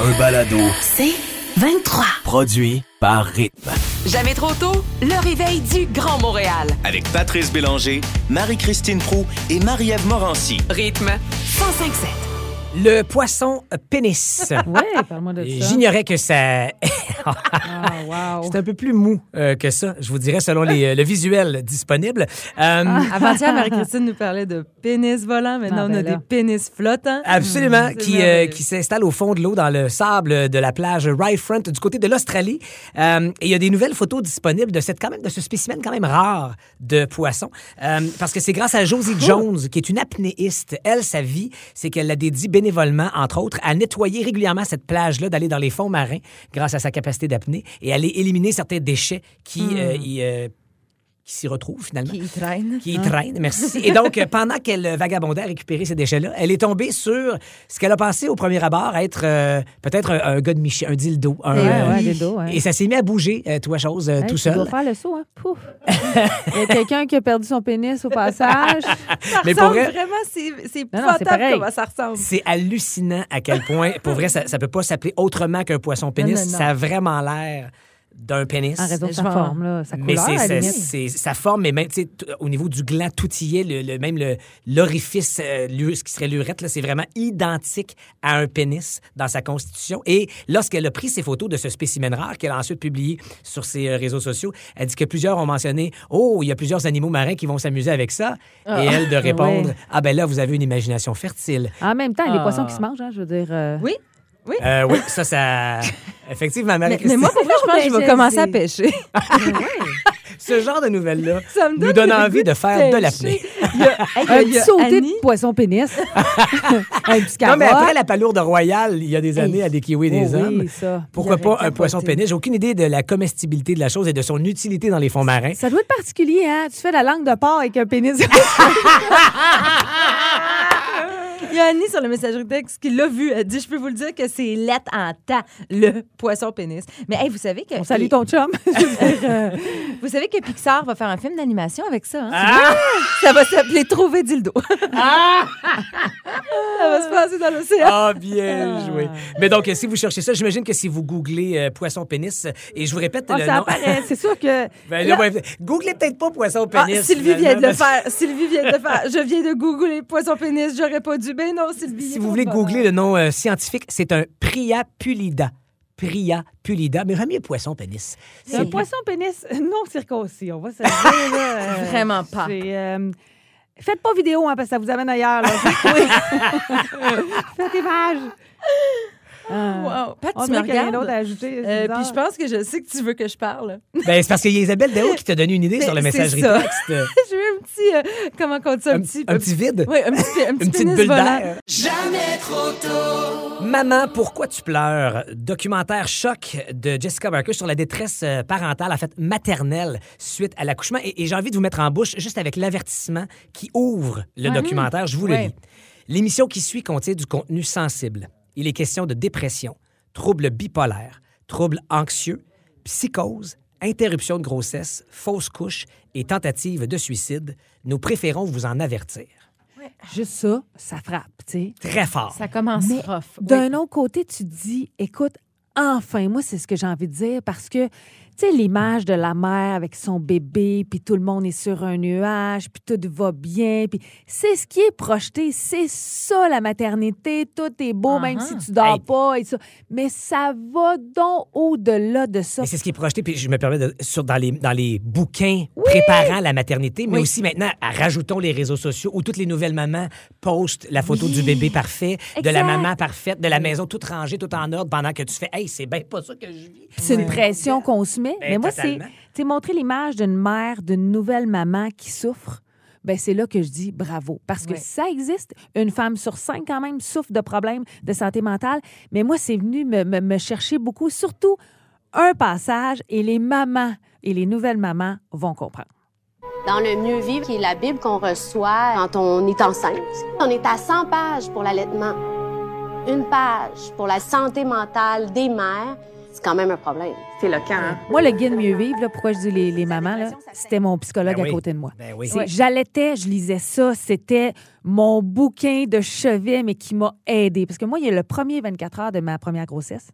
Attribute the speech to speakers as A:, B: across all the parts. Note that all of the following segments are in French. A: Un balado
B: C'est 23.
A: produit par Rythme.
B: Jamais trop tôt, le réveil du Grand Montréal.
C: avec Patrice Bélanger, Marie-Christine Prou et Marie-Ève Morancy.
B: Rythme 1057.
D: Le poisson pénis.
E: Ouais, parle-moi de ça.
D: J'ignorais que ça.
E: Ah, wow.
D: C'est un peu plus mou euh, que ça, je vous dirais, selon les- euh, le visuel disponible. Euh,
F: Avant-hier, Marie-Christine nous parlait de pénis volants. Maintenant,
E: Ah,
F: on a
E: ben là.
F: des pénis
D: hein.
F: flottants.
D: Absolument,
F: Mmh, c'est
D: qui, euh,
F: merveilleux.
D: qui s'installe au fond de l'eau dans le sable de la plage Right Front du côté de l'Australie. Euh, et il y a des nouvelles photos disponibles de, cette, quand même, de ce spécimen quand même rare de poisson. Euh, parce que c'est grâce à Josie
F: Oh!
D: Jones, qui est une apnéiste. Elle, sa vie, c'est qu'elle l'a dédie bénévolement, entre autres, à nettoyer régulièrement cette plage-là, d'aller dans les fonds marins grâce à sa capacité d'apnée et aller éliminer certains déchets qui,
F: Hmm.
D: euh, y, euh, qui s'y retrouvent finalement
F: Qui traîne.
E: Ah.
D: qui y traîne, merci. Et donc, euh, pendant qu'elle euh, vagabondait à récupérer ces déchets-là, elle est tombée sur ce qu'elle a pensé au premier abord être euh, peut-être un, un gars de Michi, un dildo. Un,
E: Eh Ouais,
D: euh,
E: ouais, dildo, ouais.
D: Et ça s'est mis à bouger, euh, toi, chose, euh,
E: Hey,
D: tout
E: tu
D: seul.
E: dois faire le saut, hein? Pouf! Il y a quelqu'un qui a perdu son pénis au passage.
F: Ça
D: Mais
F: mais
D: pour
F: ressemble
D: vrai-
F: vraiment, c'est c'est
E: c'est
F: épouvantable
E: pareil.
F: comment ça ressemble.
D: C'est hallucinant à quel point, pour vrai, ça, ça peut pas s'appeler autrement qu'un poisson pénis.
F: non, non.
D: Ça a vraiment l'air d'un pénis.
E: En raison de
F: Je
E: sa
F: vais en-
E: forme, là, sa
D: Mais
E: couleur,
D: c'est-
E: à la
D: c'est
E: limite.
D: c'est- sa forme, mais même tu sais, t- au niveau du gland, tout y est, le, le- même le- l'orifice, euh, lu- ce qui serait l'urètre, là, c'est vraiment identique à un pénis dans sa constitution. Et lorsqu'elle a pris ces photos de ce spécimen rare, qu'elle a ensuite publié sur ses euh, réseaux sociaux, elle dit que plusieurs ont mentionné Oh, il y a plusieurs animaux marins qui vont s'amuser avec ça. Et elle de répondre
E: Ouais.
D: Ah, ben là, vous avez une imagination fertile.
E: En même temps, il y a des
D: Ah.
E: poissons qui se mangent, hein, je veux dire. euh,
F: Oui.
D: Euh, oui, ça, ça. Effectivement,
F: Mais,
D: Marie-Christine,
F: mais moi, pour vrai, je pense que Ben, je
E: mais
F: vais
E: je
F: commencer
E: sais.
F: à pêcher.
D: ce genre de nouvelles-là
F: Ça me
D: nous
F: donne
D: donne
F: le goût
D: envie de
F: de
D: faire de
F: pêcher.
D: l'apnée.
E: hey, il y a
F: Euh,
E: un
F: il y
E: petit
F: a
E: sauté
F: Annie.
E: de poisson pénis. un petit
D: Non, mais
E: carotte.
D: après la palourde royale, il y a des années, à des kiwis
E: Oh
D: des
E: oui,
D: hommes.
E: ça.
D: Pourquoi
F: Eh J'aurais
D: pas un
F: capoté.
D: poisson pénis? J'ai aucune idée de la comestibilité de la chose et de son utilité dans les fonds marins.
E: Ça doit être particulier, hein? Tu fais la langue de porc avec un pénis.
F: Il y a Annie sur le messagerie texte qui l'a vu. Elle dit Je peux vous le dire que c'est lettre en tas, le poisson pénis. Mais hey, vous savez que.
E: On salue ton chum. Je veux dire, euh,
F: Vous savez que Pixar va faire un film d'animation avec ça. hein?
D: Ah!
F: Ça va s'appeler Trouver Dildo. ça va se passer dans l'océan.
D: Ah, bien joué. Mais donc, si vous cherchez ça, j'imagine que si vous googlez euh, poisson pénis, euh, et je vous répète
F: Ah,
E: oh,
D: le
E: ça
D: nom.
E: apparaît. C'est sûr que.
D: Ben là, ouais, googlez peut-être pas poisson
F: Ah,
D: pénis.
F: Sylvie
D: finalement,
F: vient de le
D: parce que
F: faire. Sylvie vient de le faire. Je viens de googler poisson pénis. J'aurais pas dû. Ben non, Sylvie. il est
D: Si vous
F: trop
D: voulez
F: fort.
D: googler le nom euh, scientifique, c'est un Priapulida. Priapulida. Mais remis poisson pénis.
E: C'est un poisson pénis non circoncis, on va se le dire. là. Euh,
F: Vraiment pas.
E: c'est, euh, faites pas vidéo, hein, parce que ça vous amène ailleurs. Là. Faites image. Euh,
F: Wow. Pat,
E: On
F: tu me
E: dirait qu'il y a rien
F: regardes.
E: d'autre à ajouter. c'est
F: Euh,
E: bizarre.
F: puis je pense que je sais que tu veux que je parle.
D: Ben, c'est parce qu'il y a Isabelle Dao qui t'a donné une idée
F: Mais
D: sur le
F: Ben, c'est
D: messagerie
F: ça.
D: texte.
F: J'ai eu un petit. euh, comment on dit ça? Un,
D: Un,
F: petit.
D: un petit vide.
F: Oui, un petit, un petit
D: Une petite
F: pénis
D: bulle
F: volant.
D: d'air. Jamais trop tôt. Maman, pourquoi tu pleures? Documentaire choc de Jessica Barker sur la détresse euh, parentale, en fait maternelle, suite à l'accouchement. Et, et j'ai envie de vous mettre en bouche juste avec l'avertissement qui ouvre le documentaire. Je vous le
F: Ouais.
D: lis. L'émission qui suit contient du contenu sensible. Il est question de dépression, troubles bipolaires, troubles anxieux, psychose, interruption de grossesse, fausse couche et tentative de suicide. Nous préférons vous en avertir.
E: Juste ça, ça frappe, tu sais.
D: Très fort.
F: Ça commence
E: Mais
F: rough. oui.
E: D'un autre côté, tu te dis, écoute, enfin, moi, c'est ce que j'ai envie de dire parce que, tu sais, l'image de la mère avec son bébé, puis tout le monde est sur un nuage, puis tout va bien, puis c'est ce qui est projeté, c'est ça la maternité, tout est beau, même si
F: Uh-huh.
E: tu dors
D: Hey.
E: pas et ça. Mais ça va donc au-delà de ça.
D: Mais c'est ce qui est projeté, puis je me permets, de, sur, dans, les, dans les bouquins préparant la maternité, mais aussi maintenant, à- rajoutons les réseaux sociaux où toutes les nouvelles mamans postent la photo du bébé parfait, de la
E: Exact.
D: maman parfaite, de la maison toute rangée, tout en ordre, pendant que tu fais « Hey, c'est bien pas ça que je vis.
E: C'est une pression qu'on se met.
D: Ben,
E: Mais moi, c'est
D: totalement.
E: c'est montrer l'image d'une mère, d'une nouvelle maman qui souffre. Ben, c'est là que je dis bravo. Parce que
F: Ouais.
E: ça existe. Une femme sur cinq, quand même, souffre de problèmes de santé mentale. Mais moi, c'est venu me, me- me chercher beaucoup, surtout un passage, et les mamans et les nouvelles mamans vont comprendre.
G: dans le mieux vivre, qui est la Bible qu'on reçoit quand on est enceinte. On est à 100 pages pour l'allaitement, une page pour la santé mentale des mères. c'est quand même un problème.
H: C'est le camp. hein?
E: Moi, le guide mieux vivre, là, pourquoi je dis les, les mamans, là, c'était mon psychologue
D: Ben
E: à
D: oui.
E: côté de moi.
D: Ben oui.
E: C'est- J'allaitais, je lisais ça, c'était mon bouquin de chevet, mais qui m'a aidé. Parce que moi, il y a le premier 24 heures de ma première grossesse.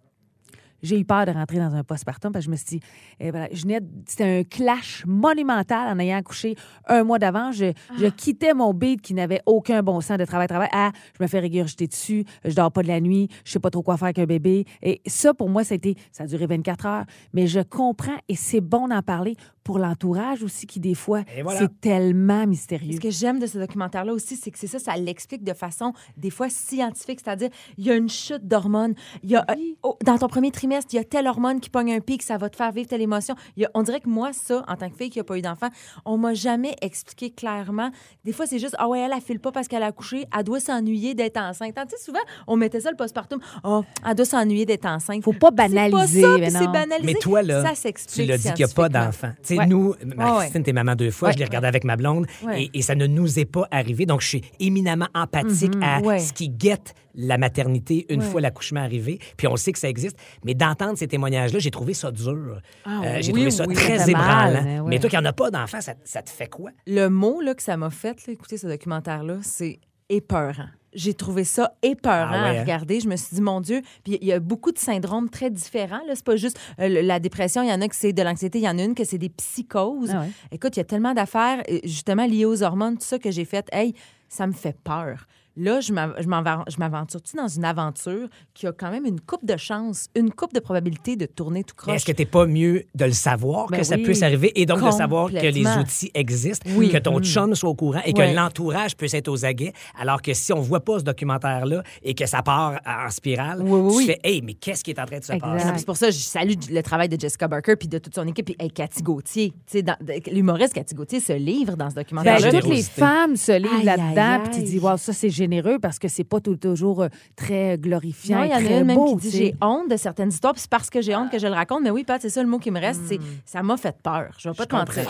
E: J'ai eu peur de rentrer dans un postpartum parce que je me suis dit, eh ben, je venais de- c'était un clash monumental en ayant accouché un mois d'avant. Je,
F: Ah.
E: je quittais mon bide qui n'avait aucun bon sens de travail, travail. Ah, je me fais régurgiter dessus, je dors pas de la nuit, je sais pas trop quoi faire avec un bébé. Et ça, pour moi, ça a, été, ça a duré 24 heures. Mais je comprends et c'est bon d'en parler pour l'entourage aussi qui, des fois,
D: Et voilà.
E: c'est tellement
F: Ce
E: mystérieux.
F: que j'aime de ce documentaire-là aussi, c'est que c'est ça, ça l'explique de façon des fois scientifique, c'est-à-dire il y a une chute d'hormones, il y a euh, oh, dans ton premier trimestre, il y a telle hormone qui pogne un pic, ça va te faire vivre telle émotion. Il y a- on dirait que moi ça, en tant que fille qui a pas eu d'enfant, on m'a jamais expliqué clairement. Des fois c'est juste ah ouais, elle elle file pas parce qu'elle a accouché, elle doit s'ennuyer d'être enceinte. Tu sais souvent on mettait ça le postpartum, oh, elle doit s'ennuyer d'être enceinte.
E: Faut pas
F: C'est
E: banaliser.
F: pas ça,
E: mais
F: puis c'est
E: non.
F: banalisé.
D: Mais toi, là,
F: ça
D: Tu
F: s'explique
D: l'as dit qu'il n'y a pas
F: scientifiquement.
D: d'enfants. Tu sais,
F: Ouais.
D: nous,
F: ouais.
D: Christine, t'es maman deux fois, je l'ai
F: Ouais.
D: regardée avec ma blonde
F: Ouais.
D: et, et ça ne nous est pas arrivé. Donc, je suis éminemment empathique à
F: Mm-hmm. ouais.
D: ce qui guette la maternité une fois l'accouchement arrivé. Puis on sait que ça existe. Mais d'entendre ces témoignages-là, j'ai trouvé ça dur. Euh, j'ai
F: Ah oui,
D: trouvé ça
F: oui,
E: ça
D: très
E: fait
D: ébranlant.
E: mal, mais
F: hein,
D: mais,
E: ouais.
D: toi qui n'en as pas d'enfants, ça, ça te fait quoi?
F: le mot là, que ça m'a fait, là, écouter ce documentaire-là, c'est épeurant. J'ai trouvé ça épeurant
D: Ah ouais, hein?
F: à regarder. Je me suis dit, mon Dieu, puis il y a beaucoup de syndromes très différents. là. C'est pas juste euh, le- la dépression, il y en a que c'est de l'anxiété, il y en a une que c'est des psychoses.
E: Ah ouais.
F: Écoute, il y a tellement d'affaires, euh, justement, liées aux hormones, tout ça que j'ai fait. Hey, ça me fait peur. Là, je m'av- je m'avan- je m'aventure-tu dans une aventure qui a quand même une coupe de chance, une coupe de probabilité de tourner tout
D: Mais Est-ce
F: croche?
D: que t'es pas mieux de le savoir,
F: Ben
D: que ça
F: oui,
D: puisse arriver, et donc de savoir que les
F: complètement.
D: outils existent,
F: Oui. Mm.
D: que ton chum soit au courant et que
F: Ouais.
D: l'entourage puisse être aux aguets, alors que si on voit pas ce documentaire-là et que ça part en spirale,
F: Oui, oui,
D: tu
F: oui.
D: fais « Hey, mais qu'est-ce qui est en train de se
E: Exact.
F: Ah non,
D: passer?
F: puis C'est pour ça que je salue le travail de Jessica Barker puis de toute son équipe puis hey, Cathy Gauthier. Tu sais, dans- de- L'humoriste Cathy Gauthier se livre dans ce
E: Ben,
D: la
F: documentaire-là.
E: toutes les
D: générosité.
E: femmes se
F: Aïe,
E: livrent
F: aïe,
E: là-dedans, puis tu
F: aïe.
E: dis, wow, ça c'est généreux parce que c'est pas tout- toujours euh, très glorifiant.
F: Non,
E: et
F: il y en
E: très
F: a une même qui
E: beau, tu
F: dit
E: sais.
F: j'ai honte de certaines histoires, puis c'est parce que j'ai honte que je le raconte. Mais oui, Pat, c'est ça le mot qui me reste, c'est ça m'a fait peur. Hmm. Je vais pas te mentir.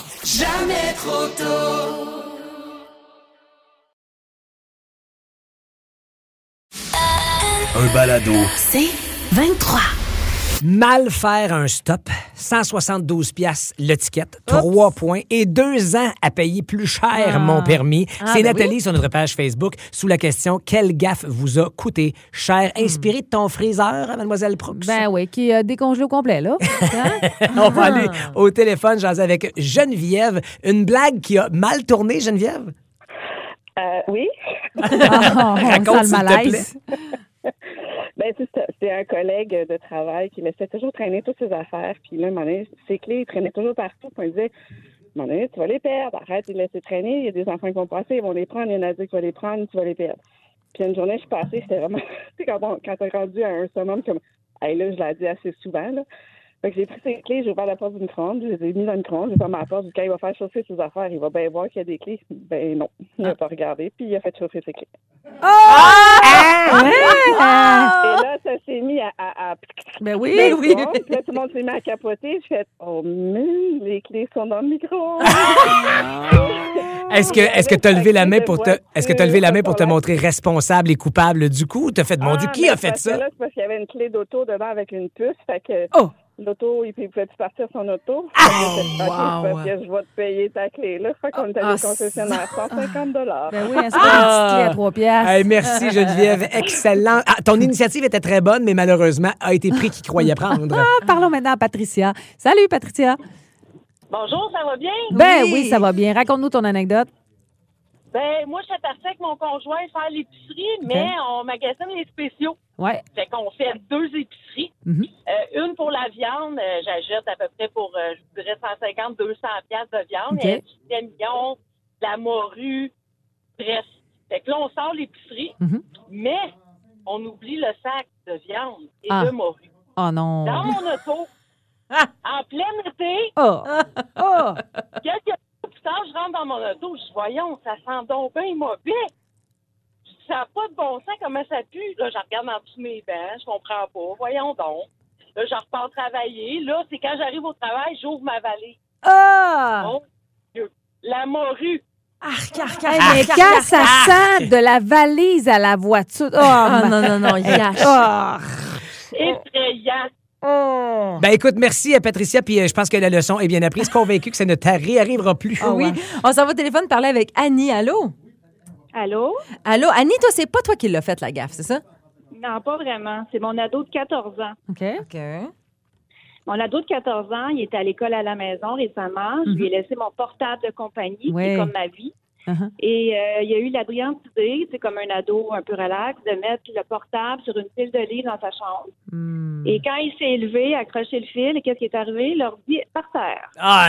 A: Un balado.
B: C'est 23.
D: Mal faire un stop, 172 piastres l'étiquette, 3 points et 2 ans à payer plus cher mon permis. C'est
F: Ah. ben
D: Nathalie sur notre page Facebook sous la question « Quelle gaffe vous a coûté cher? »
F: Hmm.
D: Inspiré de ton friseur, hein, Mademoiselle Proux.
E: Ben oui, qui a décongelé au complet, là. Hein?
D: On va aller au téléphone, jaser avec Geneviève. Une blague qui a mal tourné, Geneviève?
H: Euh, oui.
E: Ah, on
D: Raconte,
E: sent
D: s'il te
E: le malaise.
H: Ben, c'est ça. C'était un collègue de travail qui laissait toujours traîner toutes ses affaires. Puis là, un moment donné, ses clés, il traînait toujours partout. Puis on lui disait, un moment donné, tu vas les perdre. Arrête de les laisser traîner. Il y a des enfants qui vont passer. Ils vont les prendre. Il y en a dit qui vont les prendre. Tu vas les perdre. Puis une journée, je suis passée. C'était vraiment. tu sais, quand on, quand on est rendu à un summum comme. Hey, là, je l'ai dit assez souvent, là. Fait que j'ai pris ses clés, j'ai ouvert la porte du micro-ondes, je les ai mis dans le micro-ondes, j'ai fermé la porte, j'ai dit, quand il va faire chauffer ses affaires, il va bien voir qu'il y a des clés. Ben non, il n'a pas regardé, puis il a fait chauffer ses clés.
E: Ah
F: Ah!
H: Et là, ça s'est mis à- à- à
E: Ben
D: Eh
E: oui,
H: dans le
E: oui.
H: micro-ondes. Puis là, tout le monde s'est mis à capoter. Je fais Oh, mais les clés sont dans le Ah. micro.
D: Est-ce que est-ce que t'as levé Ah, la main pour te est-ce que t'as levé la main pour te montrer responsable et coupable du coup ou t'as fait mon Dieu qui a fait Ah, ça
H: Là, Ah, c'est parce qu'il y avait une clé d'auto dedans avec une puce. Fait que
E: Oh!
H: l'auto, il il pouvait plus partir son auto.
D: Ah!
H: Fait que j'ai fait,
F: wow.
H: OK, c'est parce que je vais te payer ta clé. Là, fait qu'on est allé
F: Ah,
H: au concessionnaire. 150 dollars.
E: Ben oui, c'est pas une petite clé à trois piastres.
D: Hey, merci Geneviève, excellent. Ah, ton initiative était très bonne, mais malheureusement a été pris qui croyait prendre.
E: Ah, Parlons maintenant à Patricia. Salut, Patricia.
I: Bonjour, ça va bien?
E: Ben
F: Oui.
E: oui, ça va bien. Raconte-nous ton anecdote.
I: Ben, moi, je suis partie avec mon conjoint faire l'épicerie, mais on magasine les spéciaux.
E: Ouais.
I: Fait qu'on fait deux épiceries.
E: Mhm.
I: Euh, une pour la viande, euh, j'achète à peu près pour, euh, je dirais, 150, 200 piastres de viande.
E: OK.
I: Et du filet mignon, de la morue, bref. Fait que là, on sort l'épicerie,
E: Mhm.
I: mais on oublie le sac de viande et
E: Ah.
I: de morue.
E: Oh non.
F: Ah,
I: Dans mon auto, en plein été,
E: Oh.
F: Ah!
E: Oh.
I: Quelques jours plus tard, je rentre dans mon auto, je dis, voyons, ça sent donc bien mauvais. Je dis, ça n'a pas de bon sens, comment ça pue? Là, je regarde en dessous de mes bains, je comprends pas, voyons donc. Là, je repars travailler. Là, c'est quand j'arrive au travail, j'ouvre ma valise.
E: Ah!
I: Mon Dieu, la morue.
F: Arc, arc,
E: Hey,
F: arc,
E: Eh, mais
F: arc,
E: quand
F: arc,
E: ça
F: arc.
E: sent de la valise à la voiture. Oh,
F: Ah
E: ma-
F: non, non, non, il
E: Oh.
I: Effrayant.
D: Ben écoute, merci à Patricia, puis euh, je pense que la leçon est bien apprise, convaincue que ça ne t'arrivera plus.
F: oui. On s'en va au téléphone parler avec Annie. Allô?
J: Allô?
F: Allô, Annie, toi, c'est pas toi qui l'as fait, la gaffe, c'est ça?
J: Non, pas vraiment. C'est mon ado de 14 ans.
F: OK. OK.
J: Mon ado de 14 ans, il était à l'école à la maison récemment. Je lui ai laissé mon portable de compagnie,
F: Ouais.
J: c'est comme ma vie. Et euh, il a eu la brillante idée, c'est comme un ado un peu relax, de mettre le portable sur une pile de livres dans sa chambre.
E: Hmm.
J: Et quand il s'est élevé, accroché le fil, qu'est-ce qui est arrivé? L'ordi est par terre.
D: Ah,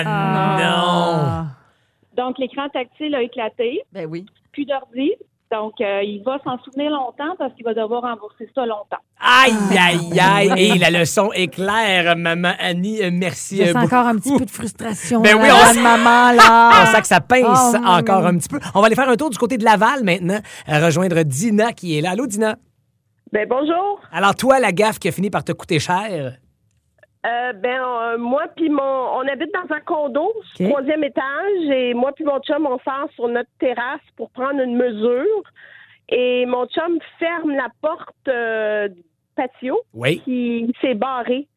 J: Donc, l'écran tactile a éclaté.
F: Ben oui.
J: Plus d'ordi. Donc, euh, il va s'en souvenir longtemps parce qu'il va devoir rembourser ça longtemps.
D: Aïe, aïe, aïe. Et la leçon est claire, maman Annie. Euh, Merci.
E: Je
D: euh,
E: sens
D: beaucoup.
E: encore un petit peu de frustration.
D: Ben
E: là,
D: oui, on
E: là,
D: sent-
E: de maman,
D: On
E: là.
D: sent que ça pince
E: Oh,
D: encore
E: maman.
D: un petit peu. On va aller faire un tour du côté de Laval maintenant, à rejoindre Dina qui est là. Allô, Dina?
K: Ben bonjour.
D: Alors, toi, la gaffe qui a fini par te coûter cher.
K: Euh, ben euh, moi puis mon, on habite dans un condo, troisième étage, et moi puis mon chum on sort sur notre terrasse pour prendre une mesure, et mon chum ferme la porte euh, du patio
D: Oui.
K: qui s'est barré.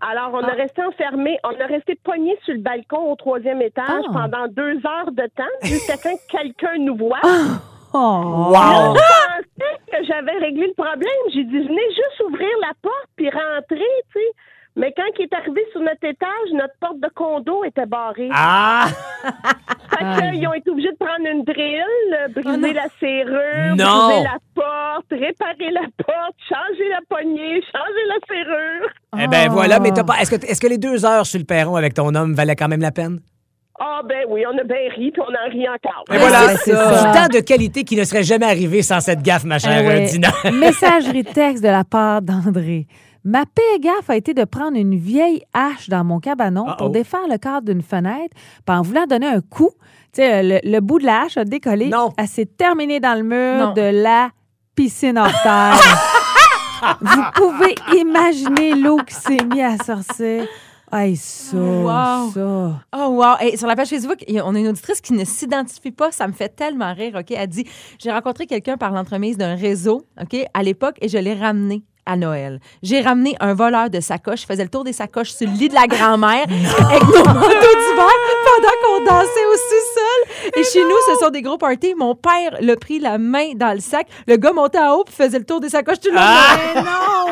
K: Alors on a
D: Ah.
K: resté enfermé, on a resté pogné sur le balcon au troisième étage
D: Ah.
K: pendant deux heures de temps jusqu'à temps que quelqu'un nous voit.
D: Ah.
E: Oh.
K: Là, je pensais que j'avais réglé le problème. J'ai dit, venez juste ouvrir la porte puis rentrer, tu sais. Mais quand il est arrivé sur notre étage, notre porte de condo était barrée.
D: Ah!
K: Fait que,
D: Aïe. Ah,
K: ils ont été obligés de prendre une drill, euh, briser la serrure,
D: Non.
K: briser la porte, réparer la porte, changer la poignée, changer la serrure.
D: Eh
E: Ah.
D: ben voilà, mais t'as pas. Est-ce que, est-ce que les deux heures sur le perron avec ton homme valaient quand même la peine?
K: Ah ben oui, on a bien ri puis on en rit encore.
D: Et voilà,
E: c'est ça.
D: du temps de qualité qui ne serait jamais arrivé sans cette gaffe, ma chère
E: Eh ouais.
D: euh, Dina.
E: Messagerie texte de la part d'André. Ma pire gaffe a été de prendre une vieille hache dans mon cabanon pour défaire le cadre d'une fenêtre. Puis en voulant donner un coup, tu sais, euh, le, le bout de la hache a décollé. Elle s'est terminée dans le mur
F: Non.
E: de la piscine hors terre. Vous pouvez imaginer l'eau qui s'est mise à sortir. Hey, ça,
F: Wow.
E: ça.
F: Oh wow! Et sur la page Facebook, il y a- on a une auditrice qui ne s'identifie pas. Ça me fait tellement rire, OK? Elle dit « J'ai rencontré quelqu'un par l'entremise d'un réseau, OK, à l'époque, et je l'ai ramené à Noël. J'ai ramené un voleur de sacoche. Je faisais le tour des sacoches sur le lit de la grand-mère avec nos manteaux d'hiver pendant qu'on dansait au sous-sol. Et chez nous, ce sont des gros parties. Mon père l'a pris la main dans le sac. Le gars montait en haut puis faisait le tour des sacoches tout le long.
D: Ah!
F: Mais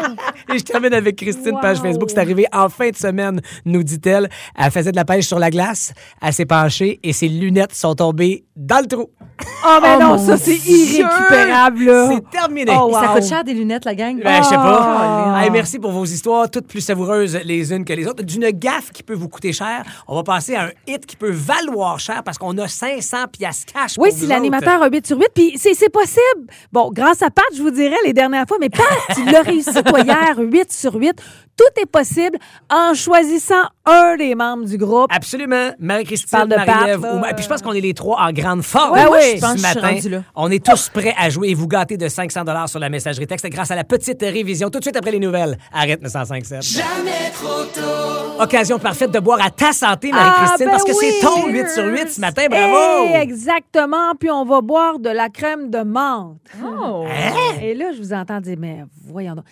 F: non!
D: Et je termine avec Christine, page Facebook. C'est arrivé en fin de semaine, nous dit-elle. Elle faisait de la pêche sur la glace, elle s'est penchée et ses lunettes sont tombées dans le trou.
E: Oh, mais
D: Oh,
E: non,
D: mon
E: ça, c'est
D: Dieu!
E: irrécupérable, là.
D: C'est terminé.
E: Oh, wow.
F: Ça coûte cher des lunettes, la gang.
D: Ben, je sais
F: Oh.
D: pas. Hey, merci pour vos histoires, toutes plus savoureuses les unes que les autres. D'une gaffe qui peut vous coûter cher, on va passer à un hit qui peut valoir cher parce qu'on a 500 piastres cash.
E: Oui,
D: pour vous
E: si
D: autres.
E: l'animateur a 8 sur 8, puis c'est c'est possible. Bon, grâce à Pat, je vous dirais les dernières fois, mais Pat, tu l'as réussi, toi, hier, 8 sur 8. Tout est possible en choisissant un des membres du groupe.
D: Absolument.
E: Je
D: Marie-Christine,
E: parle de
D: Marie-Ève.
E: Pat, là.
D: ou Ma- Puis je pense qu'on est les trois en grande forme
E: Ouais,
D: Moi,
E: ouais.
D: je-
E: Je pense
D: ce
E: que je suis
D: matin.
E: rendue là.
D: On est tous prêts à jouer et vous gâter de 500 sur la messagerie texte grâce à la petite révision tout de suite après les nouvelles. Arrête 905.7.
A: Jamais trop tôt.
D: Occasion parfaite de boire à ta santé, Marie-Christine,
E: Ah, ben
D: parce que c'est ton
E: oui. Eh,
D: 8 sur 8 ce matin. Bravo!
E: Hey, exactement. Puis on va boire de la crème de menthe.
D: Hein?
E: Et là, je vous entends dire, mais voyons donc.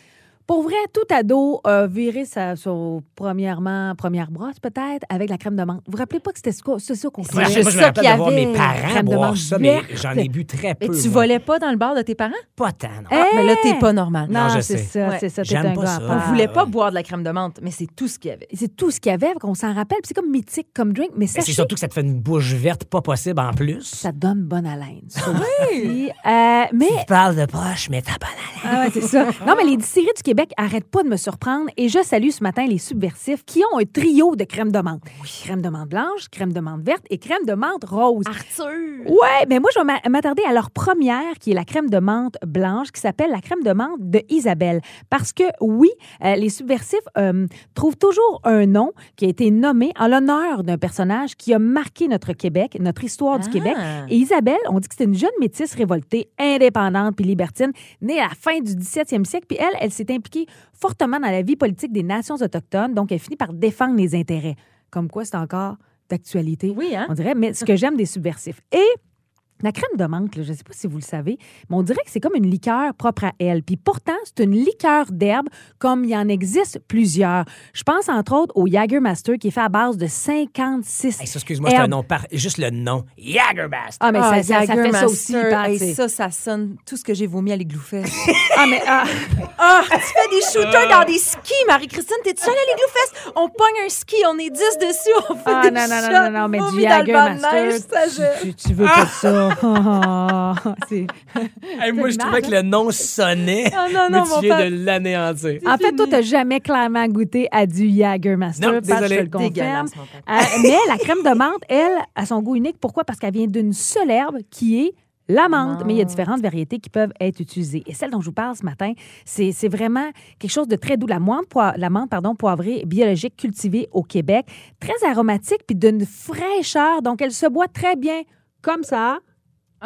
E: Pour vrai, tout ado a viré sa, son premièrement, première brosse, peut-être, avec la crème de menthe. Vous vous rappelez pas que c'était ce qu'on- c'est ça qu'on
D: Moi, je
E: faisait?
D: moi, je me
F: ça
D: rappelle
F: qu'il y
D: de voir
F: avait.
D: mes
E: Crème
D: parents
E: de
D: boire
E: menthe
D: ça, mais
E: verte.
D: j'en ai bu très peu.
F: Mais tu
D: moi.
F: volais pas dans le bar de tes parents?
D: pas tant, non.
E: Eh,
F: Ah, mais là, t'es
E: Hey!
F: pas normal.
E: Non,
D: je
E: c'est
D: sais.
E: ça,
F: Ouais.
E: c'est ça. T'es
D: J'aime
E: un
D: pas
E: gars
D: ça.
E: à
F: On
E: part.
F: voulait pas
D: ouais.
F: boire de la crème de menthe, mais c'est tout ce qu'il y avait.
E: C'est tout ce qu'il y avait, qu'on s'en rappelle. Puis C'est comme mythique, comme drink, mais
D: Mais c'est
E: sachez
D: surtout que ça te fait une bouche verte pas possible en
E: que
D: plus.
E: ça donne bonne haleine. ça aussi. Euh, mais
D: Tu parles de proche, mais t'as pas
E: Ah ouais, c'est ça. Non, mais les distilleries du Québec arrêtent pas de me surprendre et je salue ce matin les subversifs qui ont un trio de crème de menthe. Crème de menthe blanche, crème de menthe verte et crème de menthe rose.
F: Arthur!
E: Ouais, mais moi, je vais m'a- m'attarder à leur première, qui est la crème de menthe blanche, qui s'appelle la crème de menthe de Isabelle. Parce que, oui, euh, les subversifs euh, trouvent toujours un nom qui a été nommé en l'honneur d'un personnage qui a marqué notre Québec, notre histoire du
F: Ah.
E: Québec. Et Isabelle, on dit que c'était une jeune métisse révoltée, indépendante puis libertine, née à la fin du 17e siècle. Puis elle, elle s'est impliquée fortement dans la vie politique des nations autochtones. Donc, elle finit par défendre les intérêts. Comme quoi, c'est encore d'actualité
F: Oui, hein?
E: on dirait, mais ce que j'aime des subversifs. Et La crème de menthe, là, je ne sais pas si vous le savez, mais on dirait que c'est comme une liqueur propre à elle. Puis pourtant, c'est une liqueur d'herbe comme il y en existe plusieurs. Je pense entre autres au Jagermaster qui est fait à base de 56
D: Hey, ça, excuse-moi, c'est un
E: herbes.
D: nom par... juste le nom. Jagermast.
E: Ah, mais ça, ça- ça fait ça aussi, Pat,
F: Et
E: c'est-
F: ça, ça sonne tout ce que j'ai vomi à l'égloufesse.
E: ah, mais. Ah,
F: Ah, tu fais des shooters dans des skis, Marie-Christine. T'es-tu allée à l'égloufesse? On pogne un ski, on est 10 dessus, on fait
E: Ah,
F: des
E: non, non,
F: shots.
E: non, non, non, mais
F: vomi dans
E: du
F: le banc de
E: Jagermaster,
F: neige, ça gèle.
E: tu, tu veux pas de ça. Ah, c'est-
D: Hey, moi, je
E: C'est
D: trouvais
E: mal,
D: que le nom sonnait,
E: Ah, non,
D: mais
E: non, mon
D: tu viens
E: Pat.
D: de l'anéantir.
E: En fait, toi, t'as jamais clairement goûté à du Jagermaster.
D: Non,
E: Pat, je te
D: désolé.
E: le confirme.
F: Dégueulasse, mon Pat.
E: Euh, mais la crème de menthe, elle, a son goût unique. Pourquoi? Parce qu'elle vient d'une seule herbe qui est la menthe. Mais il y a différentes variétés qui peuvent être utilisées. Et celle dont je vous parle ce matin, c'est c'est vraiment quelque chose de très doux. La menthe, poi- la menthe pardon, poivrée biologique cultivée au Québec. Très aromatique puis d'une fraîcheur. Donc, elle se boit très bien comme ça.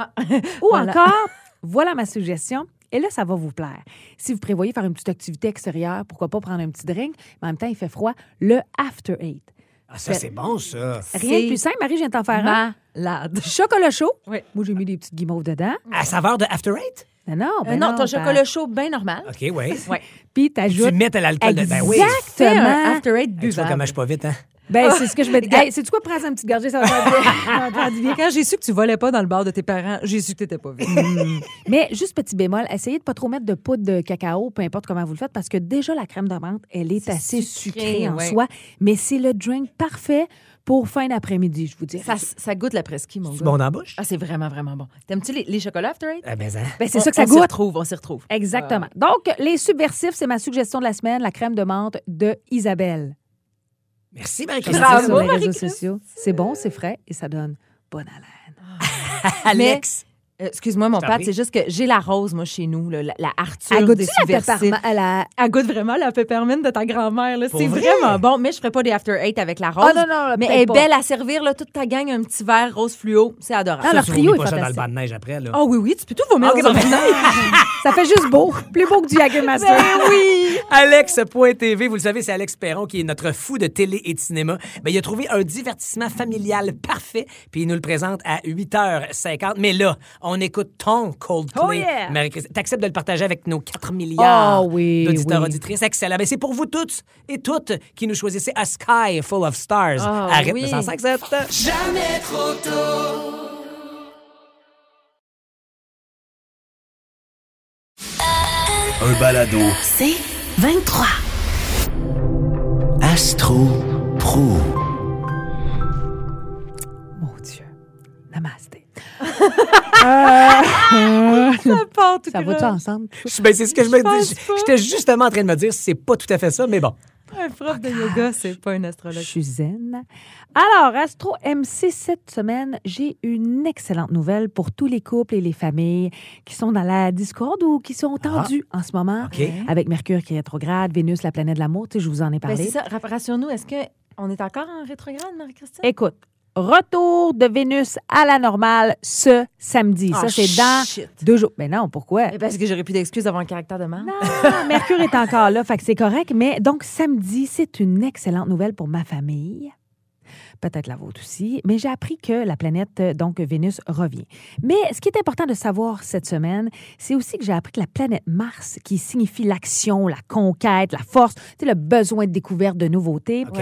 E: Ou
F: Voilà.
E: encore, voilà ma suggestion. Et là, ça va vous plaire. Si vous prévoyez faire une petite activité extérieure, pourquoi pas prendre un petit drink, mais en même temps, il fait froid, le After Eight.
D: Ah, ça, c'est bon, ça.
E: Rien
F: C'est
E: de plus Ben simple, Marie, je viens de t'en faire un.
F: Malade.
E: Chocolat chaud.
F: Oui.
E: Moi, j'ai mis des petites guimauves dedans.
D: À saveur de After Eight?
E: Mais non,
F: Euh,
E: ben
F: non, ton
E: ben-
F: chocolat chaud, bien normal.
D: OK, oui.
F: Ouais.
E: Puis
D: Tu
E: t'ajoutes...
D: mets à l'alcool de... Ben oui.
F: Fais un
E: Exactement.
F: after eight
D: Hey, tu vois comment
F: buvable.
D: je suis pas vite, hein?
E: Ben, c'est ce que je me dis. Hey, Sais-tu quoi? Prends une petite gorgée, ça va te faire du- ça va te faire du bien.
F: Quand j'ai su que tu volais pas dans le bar de tes parents, j'ai su que t'étais pas vite.
E: Mais juste petit bémol, essayez de pas trop mettre de poudre de cacao, peu importe comment vous le faites, parce que déjà la crème de menthe, elle est,
F: C'est
E: assez sucrée,
F: sucré,
E: en
F: ouais.
E: soi, mais c'est le drink parfait pour fin d'après-midi, je vous dirais.
F: ça, ça goûte la presqu'île, mon
D: C'est
F: gars.
D: bon dans la bouche?
F: Ah, c'est vraiment, vraiment bon. T'aimes-tu les, les chocolats after eight?
D: Ah, ben, ça.
E: Ben, c'est
F: On-
E: ça que ça
F: on s'y
E: goûte.
F: retrouve, on s'y retrouve.
E: Exactement.
F: Ah.
E: Donc, les subversifs, c'est ma suggestion de la semaine, la crème de menthe de Isabelle.
D: Merci,
E: Comme
D: Marie-Christine.
E: on dit sur les réseaux
F: Marie-Christine.
E: sociaux. C'est bon, c'est frais et ça donne bonne haleine.
D: Alex.
E: Ah,
F: Euh, Excuse-moi, mon
D: t'en
F: père,
D: prie.
F: c'est juste que j'ai la rose, moi, chez nous, là, la, la Arthur
E: Elle
F: des
E: goûte-tu la
F: subversifs.
E: peppermint- à la-
F: Elle goûte vraiment la peppermint de ta grand-mère. là.
D: Pour
F: C'est
D: vrai?
F: vraiment bon, mais je ferai pas des after eight avec la rose.
E: Ah, non, non,
F: mais
E: peut-être
F: elle est
E: pas.
F: belle à servir, là, toute ta gang, un petit verre rose fluo. C'est adorable.
E: Ah,
D: Ça,
E: leur
D: tu
E: trio
D: roules
E: est
D: pas ça dans le
E: fantastique.
D: banc de neige après, là.
F: Ah oui, oui, tu peux tout vomir
D: Ah,
F: dans un
D: ok,
E: Ça fait juste beau. Plus beau que du Jagermaster.
F: Ben oui!
D: Alex.tv, vous le savez, c'est Alex Perron qui est notre fou de télé et de cinéma. Ben, il a trouvé un divertissement familial parfait, puis il nous le présente à 8h50. Mais là, on écoute ton Coldplay,
E: Oh yeah!
D: Marie-Christine. T'acceptes de le partager avec nos 4 milliards
E: Oh oui,
D: d'auditeurs,
E: oui.
D: auditrices. Excellent. Ben, c'est pour vous toutes et toutes qui nous choisissez A Sky Full of Stars.
E: Oh,
F: Ah
D: Arrête
F: oui.
D: 157.
A: Jamais trop tôt.
C: Un balado.
B: C'est 23.
C: Astro Pro.
E: Mon Dieu. Namasté. Ça va-tu ensemble?
D: Je- Ben, c'est ce que je me dis. J'étais justement en train de me dire, c'est pas tout à fait ça, mais bon.
F: Un prof de yoga, c'est pas un astrologue.
E: Je suis zen. Alors, Astro MC, cette semaine, j'ai une excellente nouvelle pour tous les couples et les familles qui sont dans la discorde ou qui sont tendus en ce moment.
D: OK.
E: Avec Mercure qui est rétrograde, Vénus, la planète de l'amour, tu sais, je vous en ai
F: Ben,
E: parlé.
F: c'est ça. Rapp- Rassure-nous, est-ce qu'on est encore en rétrograde, Marie-Christine?
E: Écoute, retour de Vénus à la normale ce samedi.
F: Ah,
E: ça, c'est dans
F: shit.
E: deux jours. Mais non, pourquoi?
F: Mais Eh, Parce que j'aurais plus d'excuses d'avoir un caractère de merde.
E: Ah, Eh Mercure est encore là, fait que c'est correct. Mais donc, samedi, c'est une excellente nouvelle pour ma famille. Peut-être la vôtre aussi. Mais j'ai appris que la planète, euh, donc Vénus, revient. Mais ce qui est important de savoir cette semaine, c'est aussi que j'ai appris que la planète Mars, qui signifie l'action, la conquête, la force, tu sais, le besoin de découverte de nouveautés,
D: OK?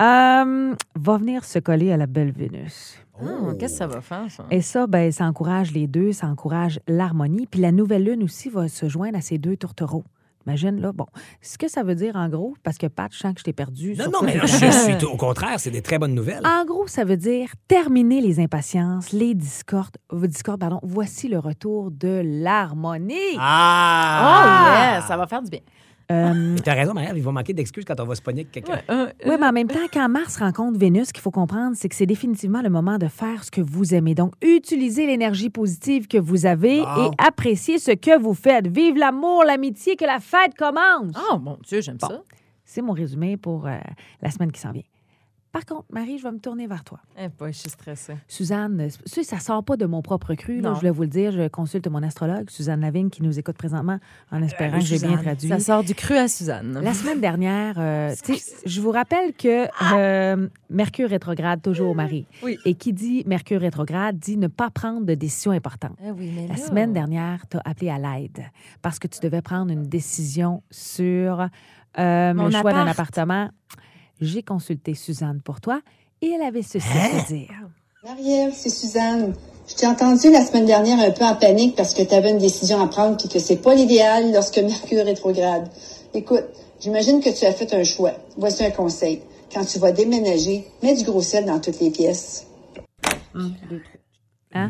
E: euh, va venir se coller à la belle Vénus.
D: Oh.
F: Hum, Qu'est-ce que ça va faire, ça?
E: Et ça, ben, ça encourage les deux, ça encourage l'harmonie. Puis la nouvelle lune aussi va se joindre à ces deux tourtereaux. Imagine, là, bon, ce que ça veut dire en gros, parce que Pat, je sens que je t'ai perdu.
D: Non,
E: sur
D: non,
E: ça,
D: mais
E: t'es
D: là, je
E: perdu.
D: suis au contraire, c'est des très bonnes nouvelles.
E: En gros, ça veut dire terminer les impatiences, les discordes. euh, discordes pardon, voici le retour de l'harmonie.
F: Oh,
D: Ah! Mm.
F: yes, ça va faire du bien.
E: Euh,
D: T'as raison, Marie, il va manquer d'excuses quand on va se pogner avec quelqu'un.
E: Oui, mais en même temps, quand Mars rencontre Vénus, ce qu'il faut comprendre, c'est que c'est définitivement le moment de faire ce que vous aimez. Donc, utilisez l'énergie positive que vous avez
D: Bon.
E: et appréciez ce que vous faites. Vive l'amour, l'amitié, que la fête commence.
F: Oh, mon Dieu, j'aime
E: Bon.
F: ça.
E: C'est mon résumé pour euh, la semaine qui s'en vient. Par contre, Marie, je vais me tourner vers toi.
F: Eh, pas, je suis stressée.
E: Suzanne, ça, ça sort pas de mon propre cru. là,
F: Non.
E: je voulais vous le dire, je consulte mon astrologue, Suzanne Lavigne, qui nous écoute présentement, en espérant
F: allô,
E: que j'ai bien
F: Euh, Suzanne.
E: traduit.
F: Ça sort du cru à Suzanne.
E: La semaine dernière, euh, tu sais, je vous rappelle que euh, Mercure rétrograde toujours, Marie.
F: Ah! Oui.
E: Et qui dit Mercure rétrograde dit ne pas prendre de décision importante.
F: Ah oui, mais
E: La
F: là-
E: semaine dernière, tu as appelé à l'aide parce que tu devais prendre une décision sur euh,
F: Mon
E: le choix d'un
F: appart.
E: appartement. J'ai consulté Suzanne pour toi et elle avait ceci
F: Hein?
E: à dire.
L: Marie-Ève, c'est Suzanne. Je t'ai entendu la semaine dernière un peu en panique parce que tu avais une décision à prendre puis que c'est pas l'idéal lorsque Mercure rétrograde. Écoute, j'imagine que tu as fait un choix. Voici un conseil. Quand tu vas déménager, mets du gros sel dans toutes les pièces.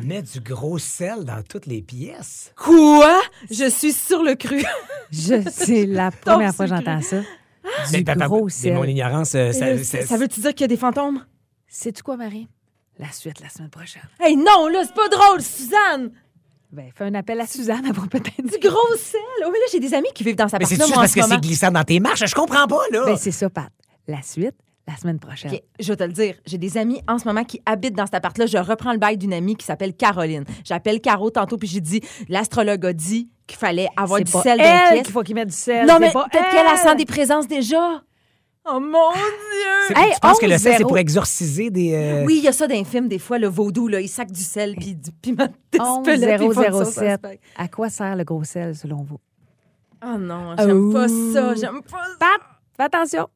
D: Mets du gros sel dans toutes les pièces.
F: Quoi? Je suis sur le cru.
E: Je- c'est la première fois que j'entends ça.
D: Mais papa,
E: gros
D: mais
E: sel.
D: mon ignorance, euh, ça, ça-
F: veut-tu dire qu'il y a des fantômes?
E: Sais-tu quoi, Marie? La suite la semaine prochaine.
F: Hey, non, là, c'est pas drôle, Suzanne!
E: Ben, fais un appel à Suzanne avant peut-être
F: Du gros sel! Oh, mais là, j'ai des amis qui vivent dans sa
D: Mais
F: partie
D: c'est-tu parce que c'est glissant dans tes marches? Je comprends pas, là.
E: Ben, c'est ça, Pat. La suite, la semaine prochaine.
F: Ok, je vais te le dire, j'ai des amis en ce moment qui habitent dans cet appart-là. Je reprends le bail d'une amie qui s'appelle Caroline. J'appelle Caro tantôt, puis j'ai dit l'astrologue a dit qu'il fallait avoir
E: C'est
F: du
E: pas
F: sel dans les
E: elle
F: pièces.
E: qu'il faut qu'il mette du sel.
F: non,
E: c'est
F: mais
E: pas
F: peut-être qu'elle a
E: elle.
F: sent des présences déjà. Oh mon Dieu!
D: C'est-
E: Hey,
D: tu penses que le sel, c'est
E: 11-0.
D: pour exorciser des. euh,
F: Oui, il y a ça dans les films, des fois, le vaudou, là, il sac du sel, puis du piment. des spelettes, puis ils font ça, ça se
E: 11007.
F: fait.
E: À quoi sert le gros sel, selon vous?
F: Oh non, j'aime
E: Oh.
F: pas ça, j'aime pas ça.
E: Pat, fais attention.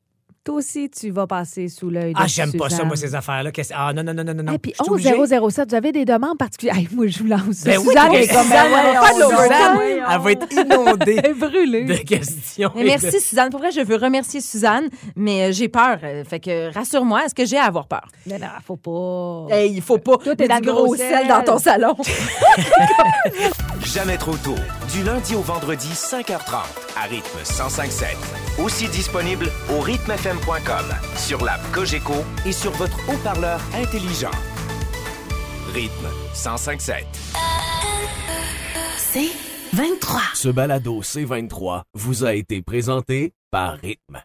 E: Toi aussi, tu vas passer sous l'œil de
D: Ah, j'aime pas ça,
E: Suzanne.
D: moi, ces affaires-là. Qu'est-ce- Ah, non, non, non, non, non.
E: Et puis
D: Je suis
E: 11
D: obligé.
E: 007, vous avez des demandes particulières. Hey, moi, je vous lance.
D: Ben oui,
E: Suzanne,
D: parce
E: elle
D: que
E: est comme
D: Suzanne,
E: ben
D: elle va faire de
E: voyons donc.
D: l'overtime.
E: Voyons.
D: Elle va être inondée
E: Elle est brûlée.
D: de questions.
F: Mais
D: et de-
F: merci, Suzanne. Pour vrai, je veux remercier Suzanne, mais euh, j'ai peur. euh, Fait que euh, rassure-moi, est-ce que j'ai à avoir peur?
E: Mais non, faut pas.
F: Hey, il faut pas.
E: Tout est
F: Mets
E: dans
F: du
E: le
F: gros
E: gros
F: sel
E: sel.
F: dans ton salon.
C: Jamais trop tôt. Du lundi au vendredi 5h30 à rythme 1057. Aussi disponible au rythmefm.com, sur l'app Cogeco et sur votre haut-parleur intelligent. Rythme 1057.
B: C'est 23.
M: Ce balado C23 vous a été présenté par Rythme.